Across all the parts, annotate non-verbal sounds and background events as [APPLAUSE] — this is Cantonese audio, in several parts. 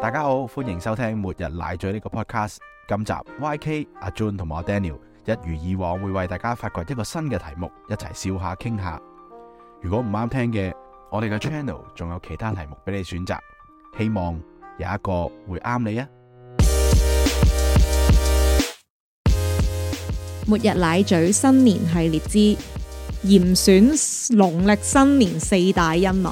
大家好，歡迎收聽《末日奶嘴》呢個 podcast。今集 YK 阿 Jun 同埋我 Daniel 一如以往會為大家發掘一個新嘅題目，一齊笑下傾下。如果唔啱聽嘅，我哋嘅 channel 仲有其他題目俾你選擇，希望有一個會啱你啊！末日奶嘴新年系列之嚴選農曆新年四大恩物，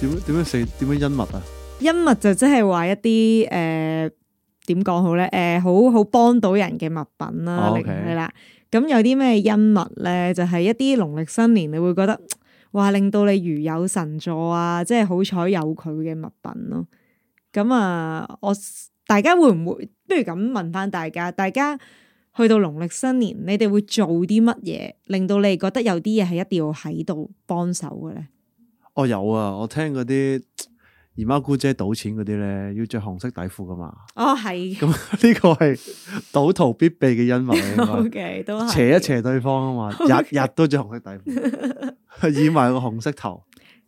點樣點樣四點樣恩物啊？恩物就即係話一啲誒點講好咧？誒、呃好好幫到人嘅物品啦，哦令 OK 係啦。咁有啲咩恩物咧？就係、一啲農曆新年你會覺得哇，令到你如有神助啊！即係好彩有佢嘅物品咯。咁啊，我大家會唔會不如咁問翻大家？大家去到農曆新年，你哋會做啲乜嘢，令到你哋覺得有啲嘢係一定要喺度幫手嘅咧？哦有啊，我聽嗰啲姨媽姑姐賭錢嗰啲咧，要着紅色底褲噶嘛。 [LAUGHS] 哦，係咁呢個係賭徒必備嘅恩物 [LAUGHS] 嚟，O 應 K，都該，係斜一斜對方 [LAUGHS] 啊嘛，日日都着紅色底褲，染埋個紅色頭。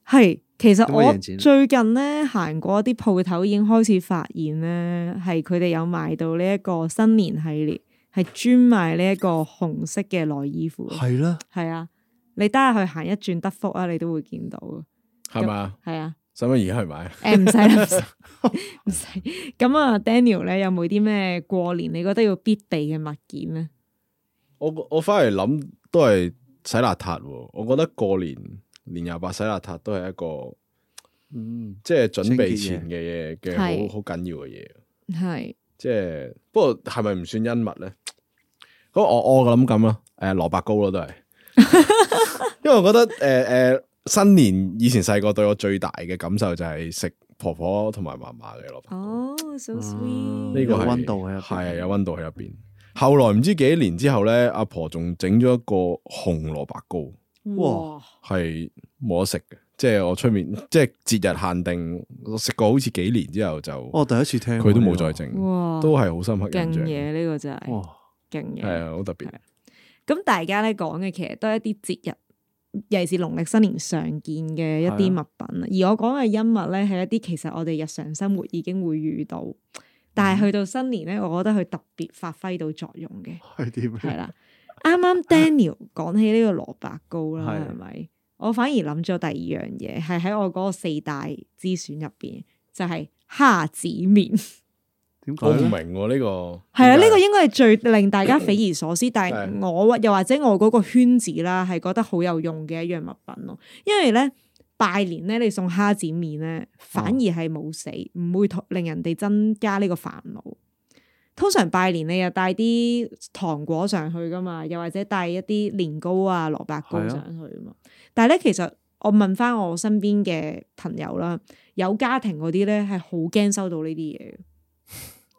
係，其實咁咪我贏錢最近咧行過啲鋪頭，已經開始發現咧，係佢哋有賣到呢一個新年系列，係專賣呢一個紅色嘅內衣褲。係啦，係啊，你得閒去行一轉德福啊，你都會見到嘅。系嘛？係啊，使乜而家去誒買？唔使啦，唔使唔使。咁啊，Daniel 咧有冇啲咩過年你覺得要必備嘅物件咧？我我翻嚟諗都係洗邋遢喎。我覺得過年年廿八洗邋遢都係一個嗯，即係準備前嘅嘢嘅係好好緊要嘅嘢。係即係不過係咪唔算恩物咧？咁我我諗咁啦，誒蘿蔔糕咯都係，因為我覺得誒誒、呃新年以前細個對我最大嘅感受就係食婆婆同埋嫲嫲嘅蘿蔔糕。哦，so 嗯呢 sweet。個有係溫度喺入邊係有温度喺入邊。後來唔知幾年之後咧，阿婆仲整咗一個紅蘿蔔糕，哇！係冇得食嘅，即係我出面即係節日限定，我食過好似幾年之後就，哦我第一次聽喎佢都冇呢個哦再整，哇！都係好深刻勁印象，嘢呢個真係哇，勁嘢。係啊，好特別係。咁大家咧講嘅其實都係一啲節日，尤其是農曆新年常見嘅一啲物品。啊而我講嘅恩物咧係一啲其實我哋日常生活已經會遇到，但係去到新年咧，我覺得佢特別發揮到作用嘅，係點係咧？啦。啱啱 Daniel 講起呢個蘿蔔糕啦，係係咪？我反而諗咗第二樣嘢，係喺我嗰個四大之選入邊，就係、蝦子麵。點解我唔明咧？喎呢個，係啊，呢個點解應該係最令大家匪夷所思，但係我又或者我嗰個圈子啦，係覺得好有用嘅一樣物品咯。因為咧拜年咧，你送蝦子麵咧，反而係冇死，唔會同令人哋增加呢個煩惱。通常拜年你又帶啲糖果上去噶嘛，又或者帶一啲年糕啊、蘿蔔糕係啊上去嘛。但係咧，其實我問翻我身邊嘅朋友啦，有家庭嗰啲咧係好驚收到呢啲嘢嘅。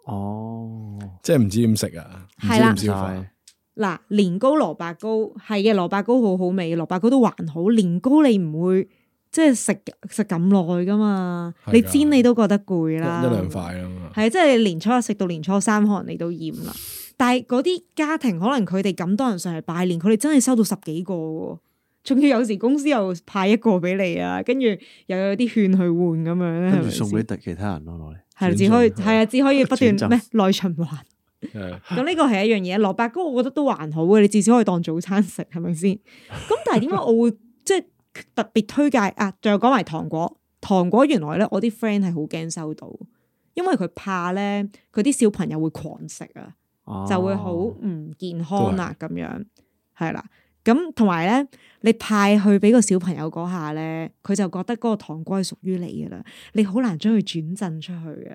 哦，即係唔知點食啊，唔知係啦點消化。嗱，年糕蘿蔔糕係嘅，蘿蔔糕好好味，蘿蔔糕都還好。年糕你唔會即係食食咁耐噶嘛，係㗎你煎你都覺得攰一啦，一兩塊啊嘛，係即係你年初一食到年初三，可能你都厭啦。但係嗰啲家庭可能佢哋咁多人上嚟拜年，佢哋真係收到十幾個喎，仲要有時公司又派一個俾你啊，跟住又有啲券去換咁樣咧，係跟咪住送先俾？第其他人咯，攞嚟。係只可以轉送係啊，只可以不斷轉贈咩內循環。係啊咁呢個係一樣嘢，蘿蔔糕我覺得都還好嘅，你至少可以當早餐食，係咪先？咁但係點解我會即係特別推介啊？仲有講埋糖果，糖果原來咧我啲 friend 係好驚收到，因為佢怕咧佢啲小朋友會狂食啊，哦就會好唔健康啦咁樣，係啦。咁同埋咧，你派去俾個小朋友嗰下咧，佢就覺得嗰個糖果係屬於你噶啦，你好難將佢轉贈出去嘅，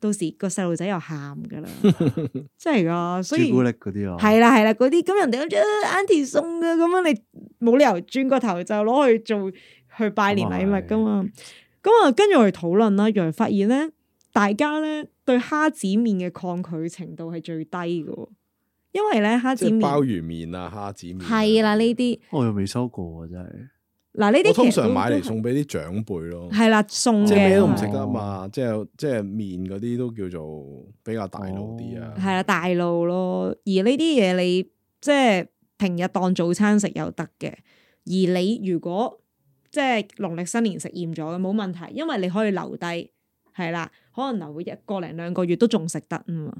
到時個細路仔又喊噶 [LAUGHS] 啦，真係噶，所以朱古力嗰啲啊。係啦係啦，嗰啲咁人哋諗住啊 Auntie 送嘅，咁樣你冇理由轉個頭就攞去做去拜年啊禮物噶嘛。咁啊，跟住我哋討論啦，原來發現咧，大家咧對蝦子麵嘅抗拒程度係最低嘅喎，因為咧蝦即子係鮑麵魚麵啊、蝦子麵啊係啦呢啲哦我又未收過啊，真係。嗱呢啲我通其實常都買都嚟係送俾啲長輩咯。係啦送即係咩都唔食嘅。得嘛，即係即係面嗰啲都叫做比較大路啲啊。係啦，大路咯。而呢啲嘢你即係平日當早餐食又得嘅。而你如果即係農曆新年食厭咗嘅，冇問題，因為你可以留低係啦，可能留會一個零兩個月都仲食得啊嘛。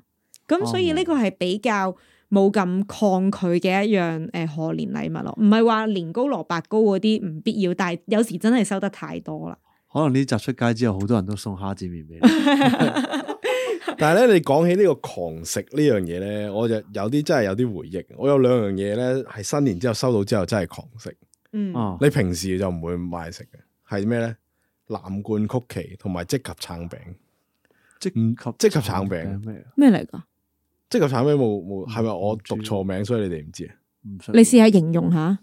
咁所以呢個係比較冇咁抗拒嘅一樣誒賀年禮物咯，唔係話年糕蘿蔔糕嗰啲唔必要，但係有時真係收得太多啦。可能呢集出街之後，好多人都送蝦子麵俾你。 [LAUGHS] 但系咧，你講起呢個狂食呢樣嘢咧，我就有啲真係有啲回憶。啊我有兩樣嘢咧，係新年之後收到之後真係狂食。嗯，哦，你平時就唔會買食嘅，係咩咧？藍罐曲奇同埋即及橙餅，即唔及即及橙餅咩啊？咩嚟㗎？即及橙餅冇冇係咪我唔知讀錯名，所以你哋唔知啊？唔識你試下形容下，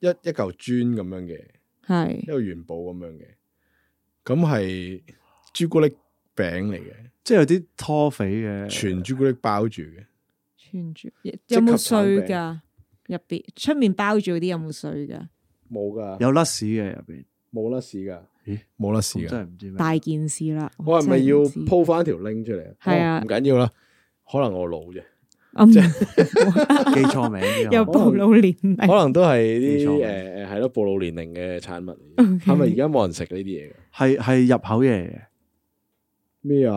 一一嚿磚咁樣嘅，一係個元寶咁樣嘅，咁係朱古力餅嚟嘅，即係有啲拖肥嘅，全朱古力包住嘅。串住，即有冇及橙碎餅㗎？入邊出面包住嗰啲有冇碎㗎？冇噶，有甩屎嘅入邊，冇得屎噶，咦？冇得屎咁噶。真係唔知咩。大件事啦！我係咪真要係唔知鋪翻條 link 出嚟啊？係啊哦唔緊要啦，可能我老啫，啊唔即 [LAUGHS] 記錯名之後又暴露年齡可。 [LAUGHS] 能都係記啲錯名誒誒係咯暴露年齡嘅產物嚟嘅。係咪而家冇人食呢啲嘢㗎？係係入口嘢嚟嘅。咩啊？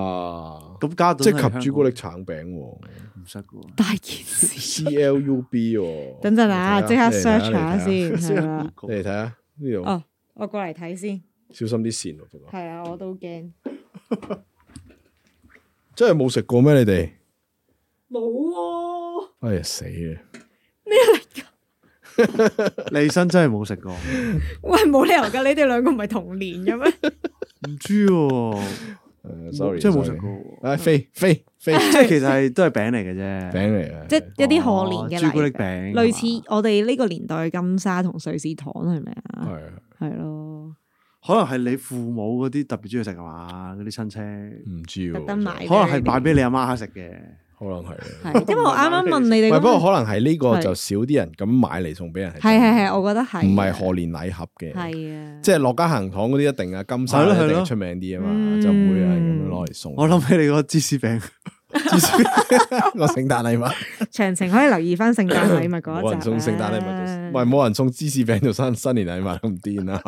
咁加頓即係及朱古力橙餅喎唔識嘅喎。大件事。 ，C L U B 喎。等陣啊，你即睇刻下 search 下。你睇先， [LAUGHS] 係啦。你嚟睇下呢度。哦，我過嚟睇先。小心啲線喎，不過係啊，我都驚。真係冇食過咩？你哋冇喎，哎呀死啊！利申真係冇食過，喂，冇理由㗎，你哋兩個唔係同年嘅 [LAUGHS] 咩？唔知喎，誒，sorry，真係冇食 sorry 過。喎。哎，飛飛 [LAUGHS] 飛即係其實係都係餅嚟嘅啫， [LAUGHS] 餅嚟啊！即係一啲賀哦年嘅朱古力禮餅，類似我哋呢個年代嘅金沙同瑞士糖係咪啊？係啊係咯，可能係你父母嗰啲特別中意食係嘛，嗰啲親戚，唔知喎，特登買可能係買俾你阿媽食嘅。可能係啊。係， [LAUGHS] 因為我啱啱問你唔哋係，嗰不過個，可能係呢個係就少啲人咁買嚟送俾人。係係係，我覺得係，唔係賀年禮盒嘅，係啊，即係落家行堂嗰啲一定啊，金係沙咯係一咯定係出名啲啊嘛，嗯就唔會係咁樣攞嚟送。 [LAUGHS] 我諗起你嗰個芝士餅，個聖誕禮物，詳情可以留意翻聖誕禮物嗰一集。啊冇人送聖誕禮物做，唔係冇人送芝士餅做新新年禮物 [LAUGHS] 咁癲啊！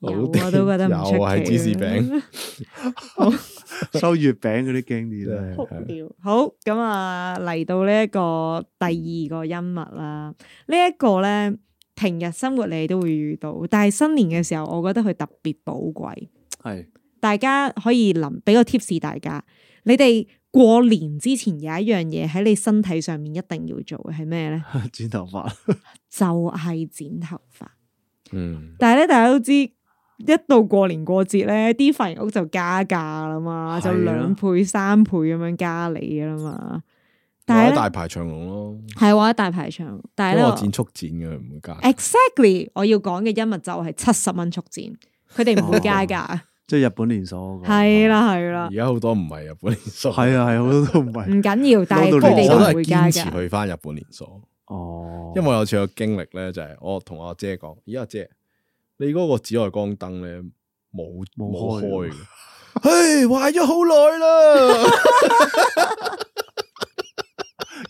有好啊癲都覺得唔出奇又 [LAUGHS] 係芝士餅。收月餅嗰啲啊驚啲咧。哭了。 [LAUGHS] 好，咁啊，嚟到呢一個第二個音物啦。呢、一個咧，平日生活你都會遇到，但係新年嘅時候，我覺得佢特別寶貴。係大家可以諗俾個 tips 大家，你哋過年之前有一樣嘢喺你身體上面一定要做嘅係咩咧？ [LAUGHS] 剪頭髮，就係、剪頭髮。嗯，但係咧，大家都知一到過年過節咧，啲髮型屋就加價啦嘛，就係啊兩倍、三倍咁樣加你噶啦嘛。但但係係咧大排長龍咯，係話大排長，但係因咧為我我剪速剪嘅唔會加。 exactly 我要講嘅音樂就係七十蚊速展，佢哋唔會加價，即係日本連鎖哦嗰個。係，啦係啦而，家好多唔係日本連鎖，係啊係，好多都唔唔 [LAUGHS] 係。緊要，但係到佢哋年都我都唔係會加堅持價。去翻日本連鎖。哦，因為我有次有經歷咧，就係我同我阿姐講：，咦阿姐，你嗰個紫外光燈咧冇冇冇開開嘅，唉壞咗好耐啦，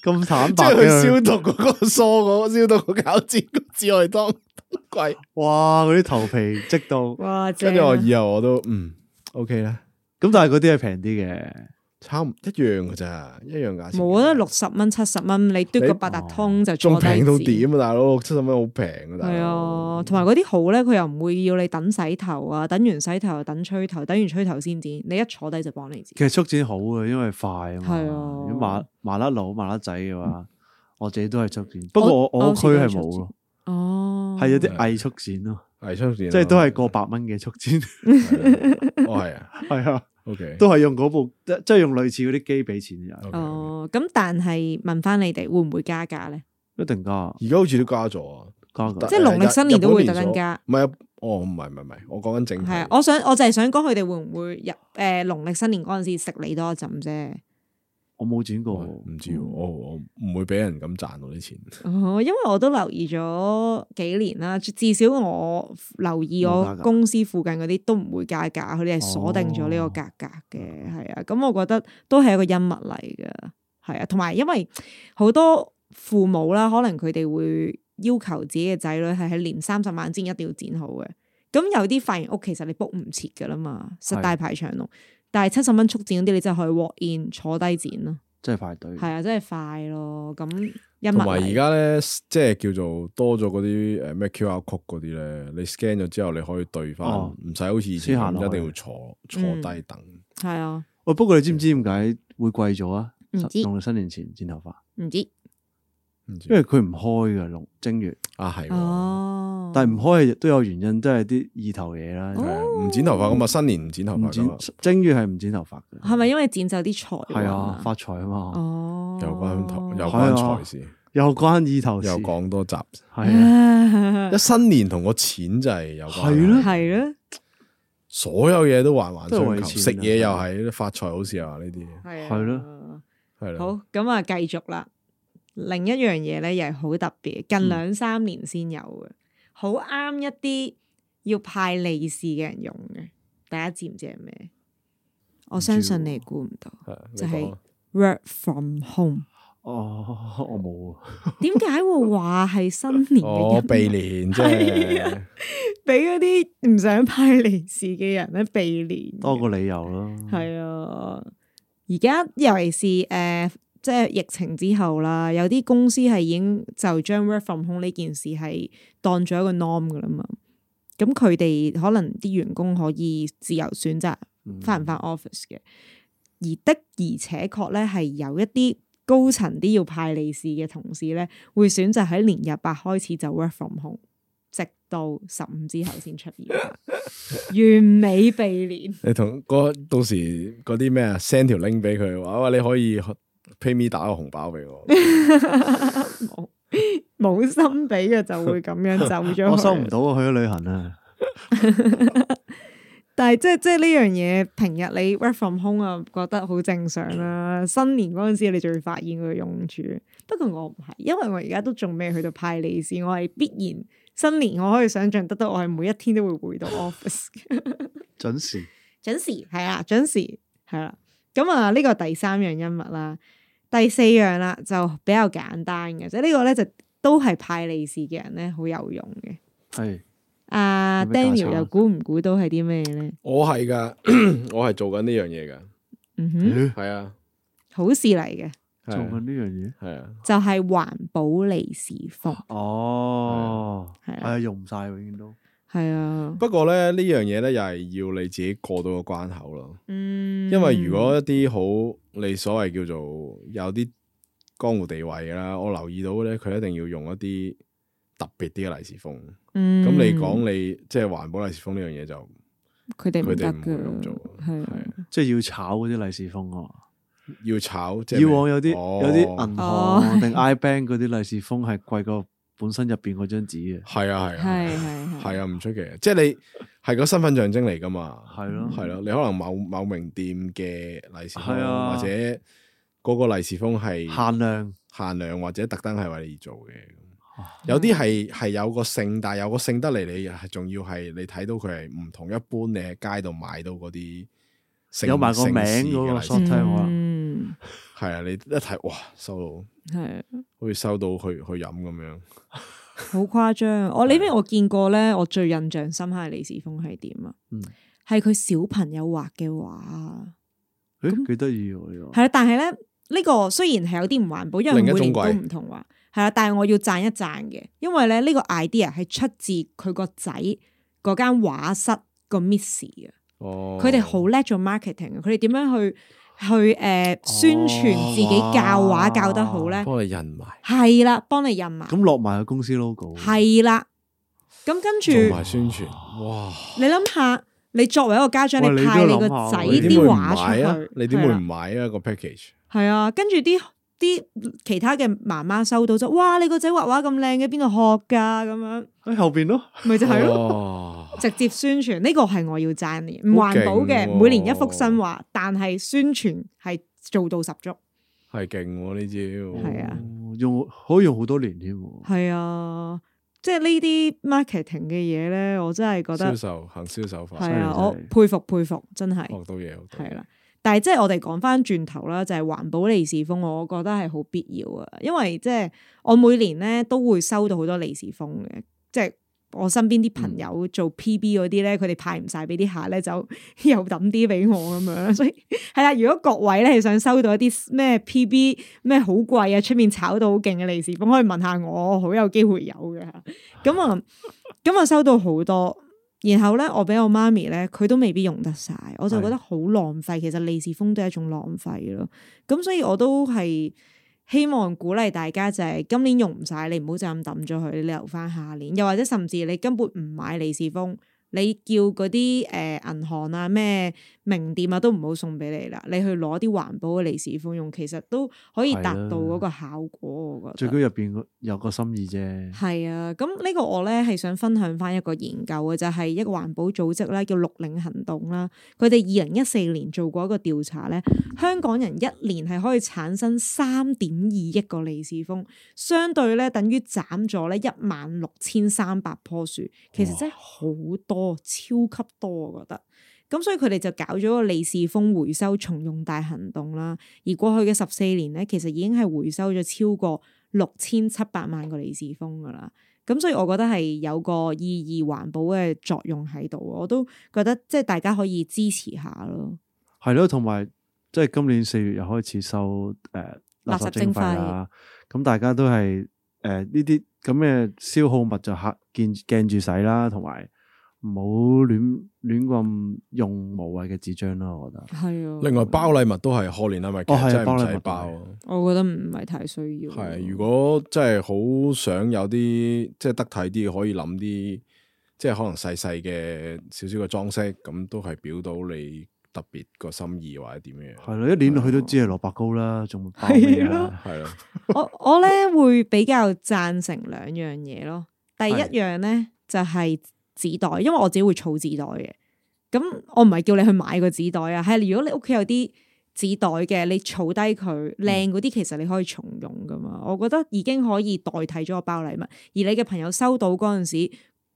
咁坦即白嘅係佢去消毒嗰個梳嗰消毒個搞剪個紫外燈貴。哇！嗰啲頭皮積到，哇！正跟住啊我以後我都嗯 OK 啦，咁但係嗰啲係平啲嘅，差唔一樣嘅咋，一樣價錢。冇啊得六十蚊、七十蚊，你嘟個你哦八達通就仲坐低平到剪點啊，大佬七十蚊好平啊，大係啊佬。，同埋嗰啲好咧，佢又唔會要你等洗頭啊，等完洗頭又等吹頭，等完吹頭先剪，你一坐低就幫你其剪。實速剪好嘅，因為快啊嘛。係啊嗯如果麻麻甩佬、麻甩仔嘅話，我自己都係速剪。不過我我我區係我試過冇速剪咯，哦，係有啲偽速剪咯，嗯係啊相即即係都係過百蚊嘅速剪。哦係啊 [LAUGHS] 係啊， ，OK 都係用嗰部，即即係用類似嗰啲機俾錢嘅， OK，OK。哦，咁但係問翻你哋會唔會加價咧？一定加而家好似都加咗啊，加㗎即係農曆新年都會特登加日本連鎖。唔係啊，哦，唔係唔係唔係，我講緊整體。係啊，我想我就係想講佢哋會唔會入誒農曆新年嗰陣時食你多一陣啫。我冇剪過，哦唔知喎，我我唔會俾人咁賺到啲錢。哦，因為我都留意咗幾年啦，至少我留意我冇加價公司附近嗰啲都唔會加價，佢哋係鎖定咗呢個價格嘅，哦係啊、咁我覺得都係一個恩物嚟嘅，係啊，同埋因為好多父母啦，可能佢哋會要求自己嘅仔女係喺年三十晚之前一定要剪好嘅，咁有啲髮型屋其實你 book 唔切噶啦嘛，實係大排長龍。但係七十蚊速展嗰啲，你真係可以 walk in 坐低剪咯，真係排隊。係啊，真係快咯。咁一物同埋而嚟家咧，即係叫做多咗嗰啲诶咩 QR code 嗰啲咧，你 scan 咗之後你可以對翻，哦唔使好似以前先行落咁一去定要坐坐嗯低等。係啊，喂，不過你知唔知點解會貴咗啊？唔知嗯農曆新年前剪頭髮，唔知唔知因為佢唔開嘅農正月，啊係喎，哦。但係唔開亦都有原因，都係啲意頭嘢啦。哦係啊唔剪頭髮咁嘛，新年唔剪頭唔髮㗎嘛剪，正月係唔剪頭髮嘅，係咪因為剪走啲材係料啊，嘛發財啊嘛，哦，有關頭有係啊關財事，又關意頭事，又係講多 [LAUGHS] 集。啊， [LAUGHS] 一新年同個錢就係有關，係咯係咯，所有嘢都環環都係為相扣，錢啊食嘢又係，發財好事啊呢啲，係啊係咯。係啦。好，咁啊，繼續啦。另一樣嘢咧，又係好特別，嗯近兩三年先有嘅，好啱一啲要派利是嘅人用嘅。大家知唔知係咩？我相信你估唔到係啊你就講係啦 work from home。哦，我冇啊，點解會話係新年嘅哦人避年啫，係啊俾嗰啲唔想派利是嘅人咧避年嘅？多個理由咯。係啊，而家尤其是誒、呃即係疫情之後啦，有啲公司係已經就將 work from home 呢件事係當咗一個 norm 噶啦嘛。咁佢哋可能啲員工可以自由選擇嗯翻唔翻 office 嘅，而的而且確咧係有一啲高層啲要派利是嘅同事咧，會選擇喺年廿八開始就 work from home，直到十五之後先出現，啊 [LAUGHS] 完美避年。你同嗰到時嗰啲咩啊 send 條 link 俾佢，話哇你可以 pay me 打個紅包 [LAUGHS] 俾我，冇冇心俾嘅就會咁樣走咗去我 [LAUGHS] 收唔到啊，去咗旅行啊，但係即係即係呢樣嘢，平日你 work from home 啊，覺得好正常 [LAUGHS] 啦、新年嗰陣時，你就會發現佢嘅用處。不過我唔係，因為我而家都仲未去到派利是，我係必然新年我可以想象得到，我係每一天都會回到 [LAUGHS] office 嘅，準時。準時係啦， [LAUGHS] 準時係啦。咁啊，呢個第三樣恩物啦，第四樣啦就比較簡單嘅，即係呢個咧就都係派利是嘅人咧好有用嘅。係啊有咩架撐，Daniel 啊又估唔估到係啲咩咧？我係噶， [CLEARS THROAT] 我係做緊呢樣嘢噶，嗯哼，咦係啊，好事嚟嘅，係啊做緊呢樣嘢，係啊，就係環保利是封，哦，係啊係啊，用唔晒永遠都係啊，不過咧呢樣嘢咧又係要你自己過到個關口咯。嗯，因為如果一啲好你所謂叫做有啲江湖地位嘅啦，我留意到咧，佢一定要用一啲特別啲嘅利是封。咁、嗯你講你即係環保利是封呢樣嘢就佢哋唔得佢哋唔會咁做嘅，，係啊係即係要炒嗰啲利是封啊嘛。要炒。即係以咩往有啲哦有啲銀哦行 [LAUGHS] 定 iBank 嗰啲利是封係貴過本身入邊嗰張紙嘅，係啊係係啊係係係，啊唔出奇嘅，即係你係個身份象徵嚟噶嘛，係咯係咯，你可能某某名店嘅利是封，係啊或者嗰個利是封係限量限量或者特登係為你而做嘅。啊有啲係係有個性，但係有個性得嚟，你係仲要係你睇到佢係唔同一般，你喺街度買到嗰啲姓有埋個名姓氏嘅嗰個利是 shop 我聽我啦嗯，係啊，你一睇哇，收到係啊好似收到去去飲咁樣，好誇張。啊啊我呢邊我見過咧，我最印象深刻嘅利是封係點啊嗯？係佢小朋友畫啊嘅畫。誒幾得意喎呢係啦，但係咧呢個雖然係有啲唔環保，因為另一每種年鬼都唔同話，係啦，但係我要讚一讚嘅，因為咧呢個 idea 係出自佢個仔嗰間畫室個 miss 嘅，哦，佢哋好叻做 marketing 嘅，佢哋點樣去去哦诶、呃宣傳自己教畫教得好咧，幫你印埋，係啦，幫你印埋個，，咁落埋個公司 logo，係啦，咁跟住做埋宣傳，哇！你諗下，你作為一個家長，喂你你派都你諗個下仔喎呢你點啲會唔畫買啊出去？，你點會係啦唔買啊個 package？係啊，跟住啲啲其他嘅媽媽收到就，哇！你個仔畫畫咁靚嘅，邊度學㗎？咁樣喺後邊咯，咪就係咯，咯， [LAUGHS] 直接宣傳呢個係我要讚嘅，唔環保嘅，好勁喎每年一幅新畫，但係宣傳係做到十足，係勁喎呢招，係啊哦用可以用好多年添喎，係啊，即係呢啲 marketing 嘅嘢咧，我真係覺銷得售行銷手法，係學啊，真係我佩服佩服，真係。到嘢，學到嘢係啦。但係即係我哋講翻轉頭啦，就係、環保利是封，我覺得係好必要啊，因為即係我每年咧都會收到好多利是封嘅，即係我身邊啲朋友做 P.B. 嗰啲咧，佢哋派唔晒俾啲客咧，就 [LAUGHS] 又抌啲俾我咁樣。所以係啦，如果各位咧係想收到一啲咩 P.B. 咩好貴啊，出面炒到好勁嘅利是封，可以問下我，我好有機會有嘅。咁啊，咁啊收到好多，然後咧我俾我媽咪咧，佢都未必用得晒，我就覺得好浪費。其實利是封都係一種浪費咯。咁所以我都係希望鼓勵大家就係今年用唔晒，你唔好就咁抌咗佢，你留翻下年。又或者甚至你根本唔買利是封，你叫嗰啲誒銀行啊、咩名店啊都唔好送俾你啦，你去攞啲環保嘅利是封用，其實都可以達到嗰個效果。我覺最得緊。要入邊有個心意啫。係啊，咁呢個我咧係想分享翻一個研究嘅，就係、一個環保組織啦，叫綠領行動啦。佢哋二零一四年做過一個調查咧，香港人一年係可以產生三點二億個利是封，相對咧等於斬咗咧一萬六千三百棵樹，其實真係好多，超級多，我覺得。咁所以佢哋就搞咗個利是封回收重用大行動啦。而過去嘅十四年咧，其實已經係回收咗超過六千七百萬個利是封噶啦。咁所以我覺得係有個意義環保嘅作用喺度，啊我都覺得即係大家可以支持下咯。係咯，同埋即係今年四月又開始收诶、呃垃圾垃圾徵徵費啦，咁大家都係诶呢啲咁嘅消耗物就吓见鏡住使啦，同埋唔好亂亂咁用無謂嘅紙張咯，我覺得。係啊另外包禮物都係賀年禮物，其哦係實真係唔包禮使物包。我覺得唔係太需要。係如果真係好想有啲即係得體啲，可以諗啲即係可能細細嘅少少嘅裝飾，咁都係表到你特別個心意或者點樣。啊係咯，一年去都知係蘿蔔糕啦，仲會包咩啊係咯啊？係咯，我我咧會比較贊成兩樣嘢咯。第一係樣咧就係、紙袋，因為我自己會儲紙袋嘅。咁我唔係叫你去買個紙袋啊，係如果你屋企有啲紙袋嘅，你儲低佢靚嗰啲，其實你可以重用噶嘛。我覺得已經可以代替咗個包禮物，而你嘅朋友收到嗰陣時，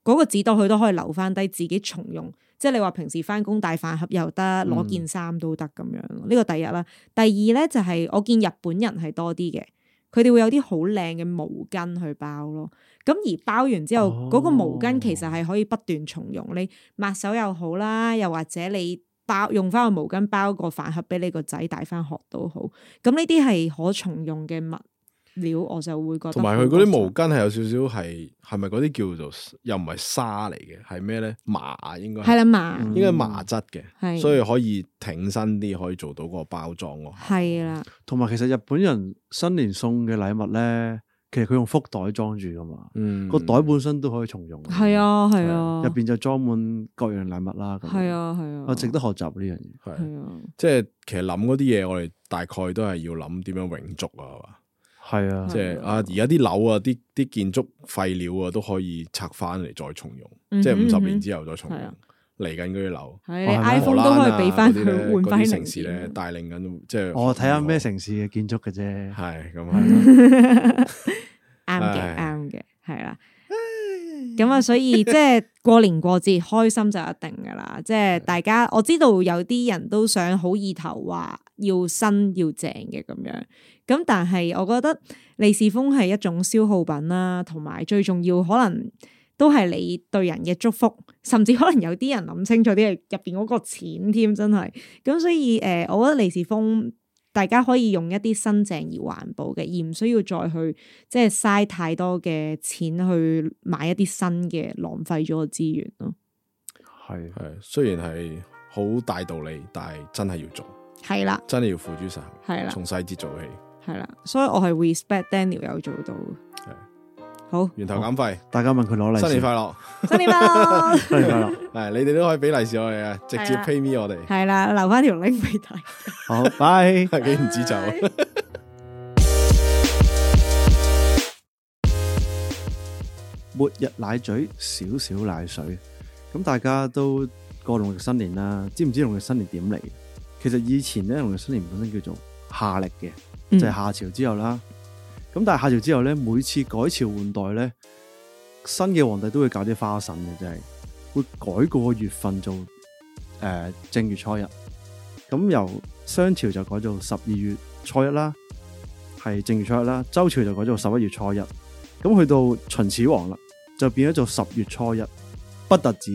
嗰、個紙袋佢都可以留翻低自己重用。即係你話平時翻工帶飯盒又得，攞件衫都得咁樣。呢個第一啦，第二咧就係、我見日本人係多啲嘅。佢哋會有啲好靚嘅毛巾去包咯。咁而包完之後，哦嗰、個毛巾其實係可以不斷重用，你抹手又好啦，又或者你包用翻個毛巾包個飯盒俾你個仔帶翻學都好。咁呢啲係可重用嘅物料，我就會覺得同埋佢嗰啲毛巾係有少少係係咪嗰啲叫做又唔係沙嚟嘅，係咩咧？麻應該係係啦嘛，嗯應該係麻質嘅，係所以可以挺身啲，可以做到嗰個包裝咯。係啦，同埋其實日本人新年送嘅禮物咧，其實佢用福袋裝住噶嘛，嗯個袋本身都可以重用。係，啊，係啊入，邊就裝滿各樣禮物啦。咁樣係，啊，係啊，我值得學習呢樣嘢。係係啊，即係其實諗嗰啲嘢，我哋大概都係要諗點樣永續啊，係嘛？係啊嗯即，係啊，而家啲樓啊，啲啲建築廢料啊，都可以拆翻嚟再重用，嗯即哼係五十年嗯哼之後再重係啊用。嚟緊嗰啲樓，係哦你係咩 iPhone 荷都蘭可啊以俾翻嗰啲咧佢換嗰翻啲城市啊咧，帶領緊即係我睇下咩城市嘅建築嘅啫。係咁 [LAUGHS] 啊係。啱嘅，唉啱嘅，係啦。咁啊，所以即係過年過節開心就一定噶啦。即係大家我知道有啲人都想好意頭話要新要正嘅咁樣，咁但係我覺得利是封係一種消耗品啦，同埋最重要可能。都係你對人嘅祝福，甚至可能有啲人諗清楚啲係入邊嗰個錢添，真係咁。所以誒、呃我覺得利是封大家可以用一啲新淨而環保嘅，而唔需要再去即係嘥太多嘅錢去買一啲新嘅，浪費咗個資源咯。係係雖然係好大道理，但係真係要做，係啦，真係要付諸實行，係啦，從細節做起，係啦，所以我係 respect Daniel 有做到嘅。係好，源頭減廢，大家問佢攞禮，新年快，樂！新年快 [LAUGHS] 樂！新年快樂。係你哋都可以俾利是我哋啊，直接係啦 pay me 我哋，係啦，留翻條 link 俾大家。好，拜。係 [LAUGHS] 幾唔止就。末日奶嘴，少少奶水。咁大家都過農曆新年啦，知唔知農曆新年點嚟？其實以前咧，農曆新年本身叫做夏歷嘅，嗯就係夏朝之後啦。咁但係夏朝之後咧，每次改朝換代咧，新嘅皇帝都會搞啲花神嘅，真係會改個月份做誒、呃正月初一。咁由商朝就改做十二月初一啦，係正月初一啦。周朝就改做十一月初一。咁去到秦始皇啦，就變咗做十月初一，不特止。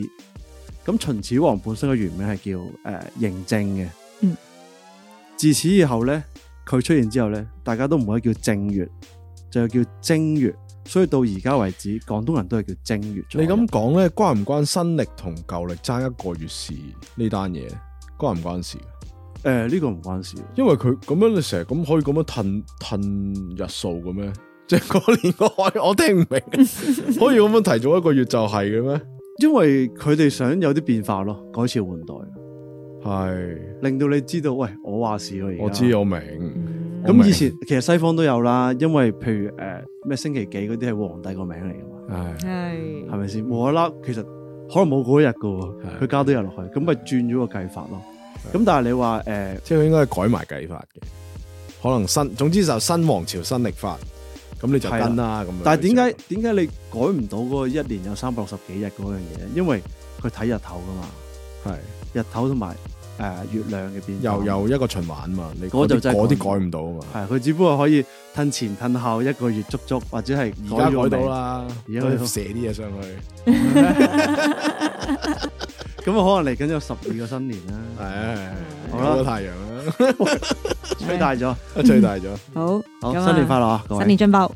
咁秦始皇本身嘅原名係叫诶嬴政嘅，嗯自此以後咧，佢出現之後咧，大家都唔可以叫正月，就叫正月，所以到而家為止，廣東人都係叫正月初一。你咁講咧，關唔關新歷同舊歷爭一個月事呢單嘢？關唔關事？诶呃呢個唔關事，因為佢咁樣你成日咁可以咁樣褪褪日數嘅咩？即係 [LAUGHS] 嗰年我我聽 [LAUGHS] 唔明，可以咁樣提早一個月就係嘅咩？因為佢哋想有啲變化咯，改朝換代，係，令到你知道，喂，我話事咯而家。我知我明，嗯我明咁以前其實西方都有啦，因為譬如诶咩、星期幾嗰啲係皇帝個名嚟噶嘛，唉，係係咪先？無啦啦，其實可能冇嗰日噶喎，係佢加多日落去，咁咪轉咗個計法咯。咁但係你話诶即係佢應該係改埋計法嘅，可能新，總之就新王朝新歷法，咁你就跟啦咁樣。但係點解点解你改唔到嗰個一年有三百六十幾日嗰樣嘢？因為佢睇日頭噶嘛，係日頭同埋诶月亮嘅變化又有一個循環嘛？你嗰嗰就啲真係嗰啲改改唔到啊嘛，係佢只不過可以褪前褪後一個月足足，或者係而家咗個改到名。啦，而家改到射啲嘢上去。咁啊，可能嚟緊有十二個新年啦，唉，好好啦啦，太陽啦，吹大咗。 [LAUGHS] 吹大咗。好，好，咁啊新年快樂啊，各位新！年進步。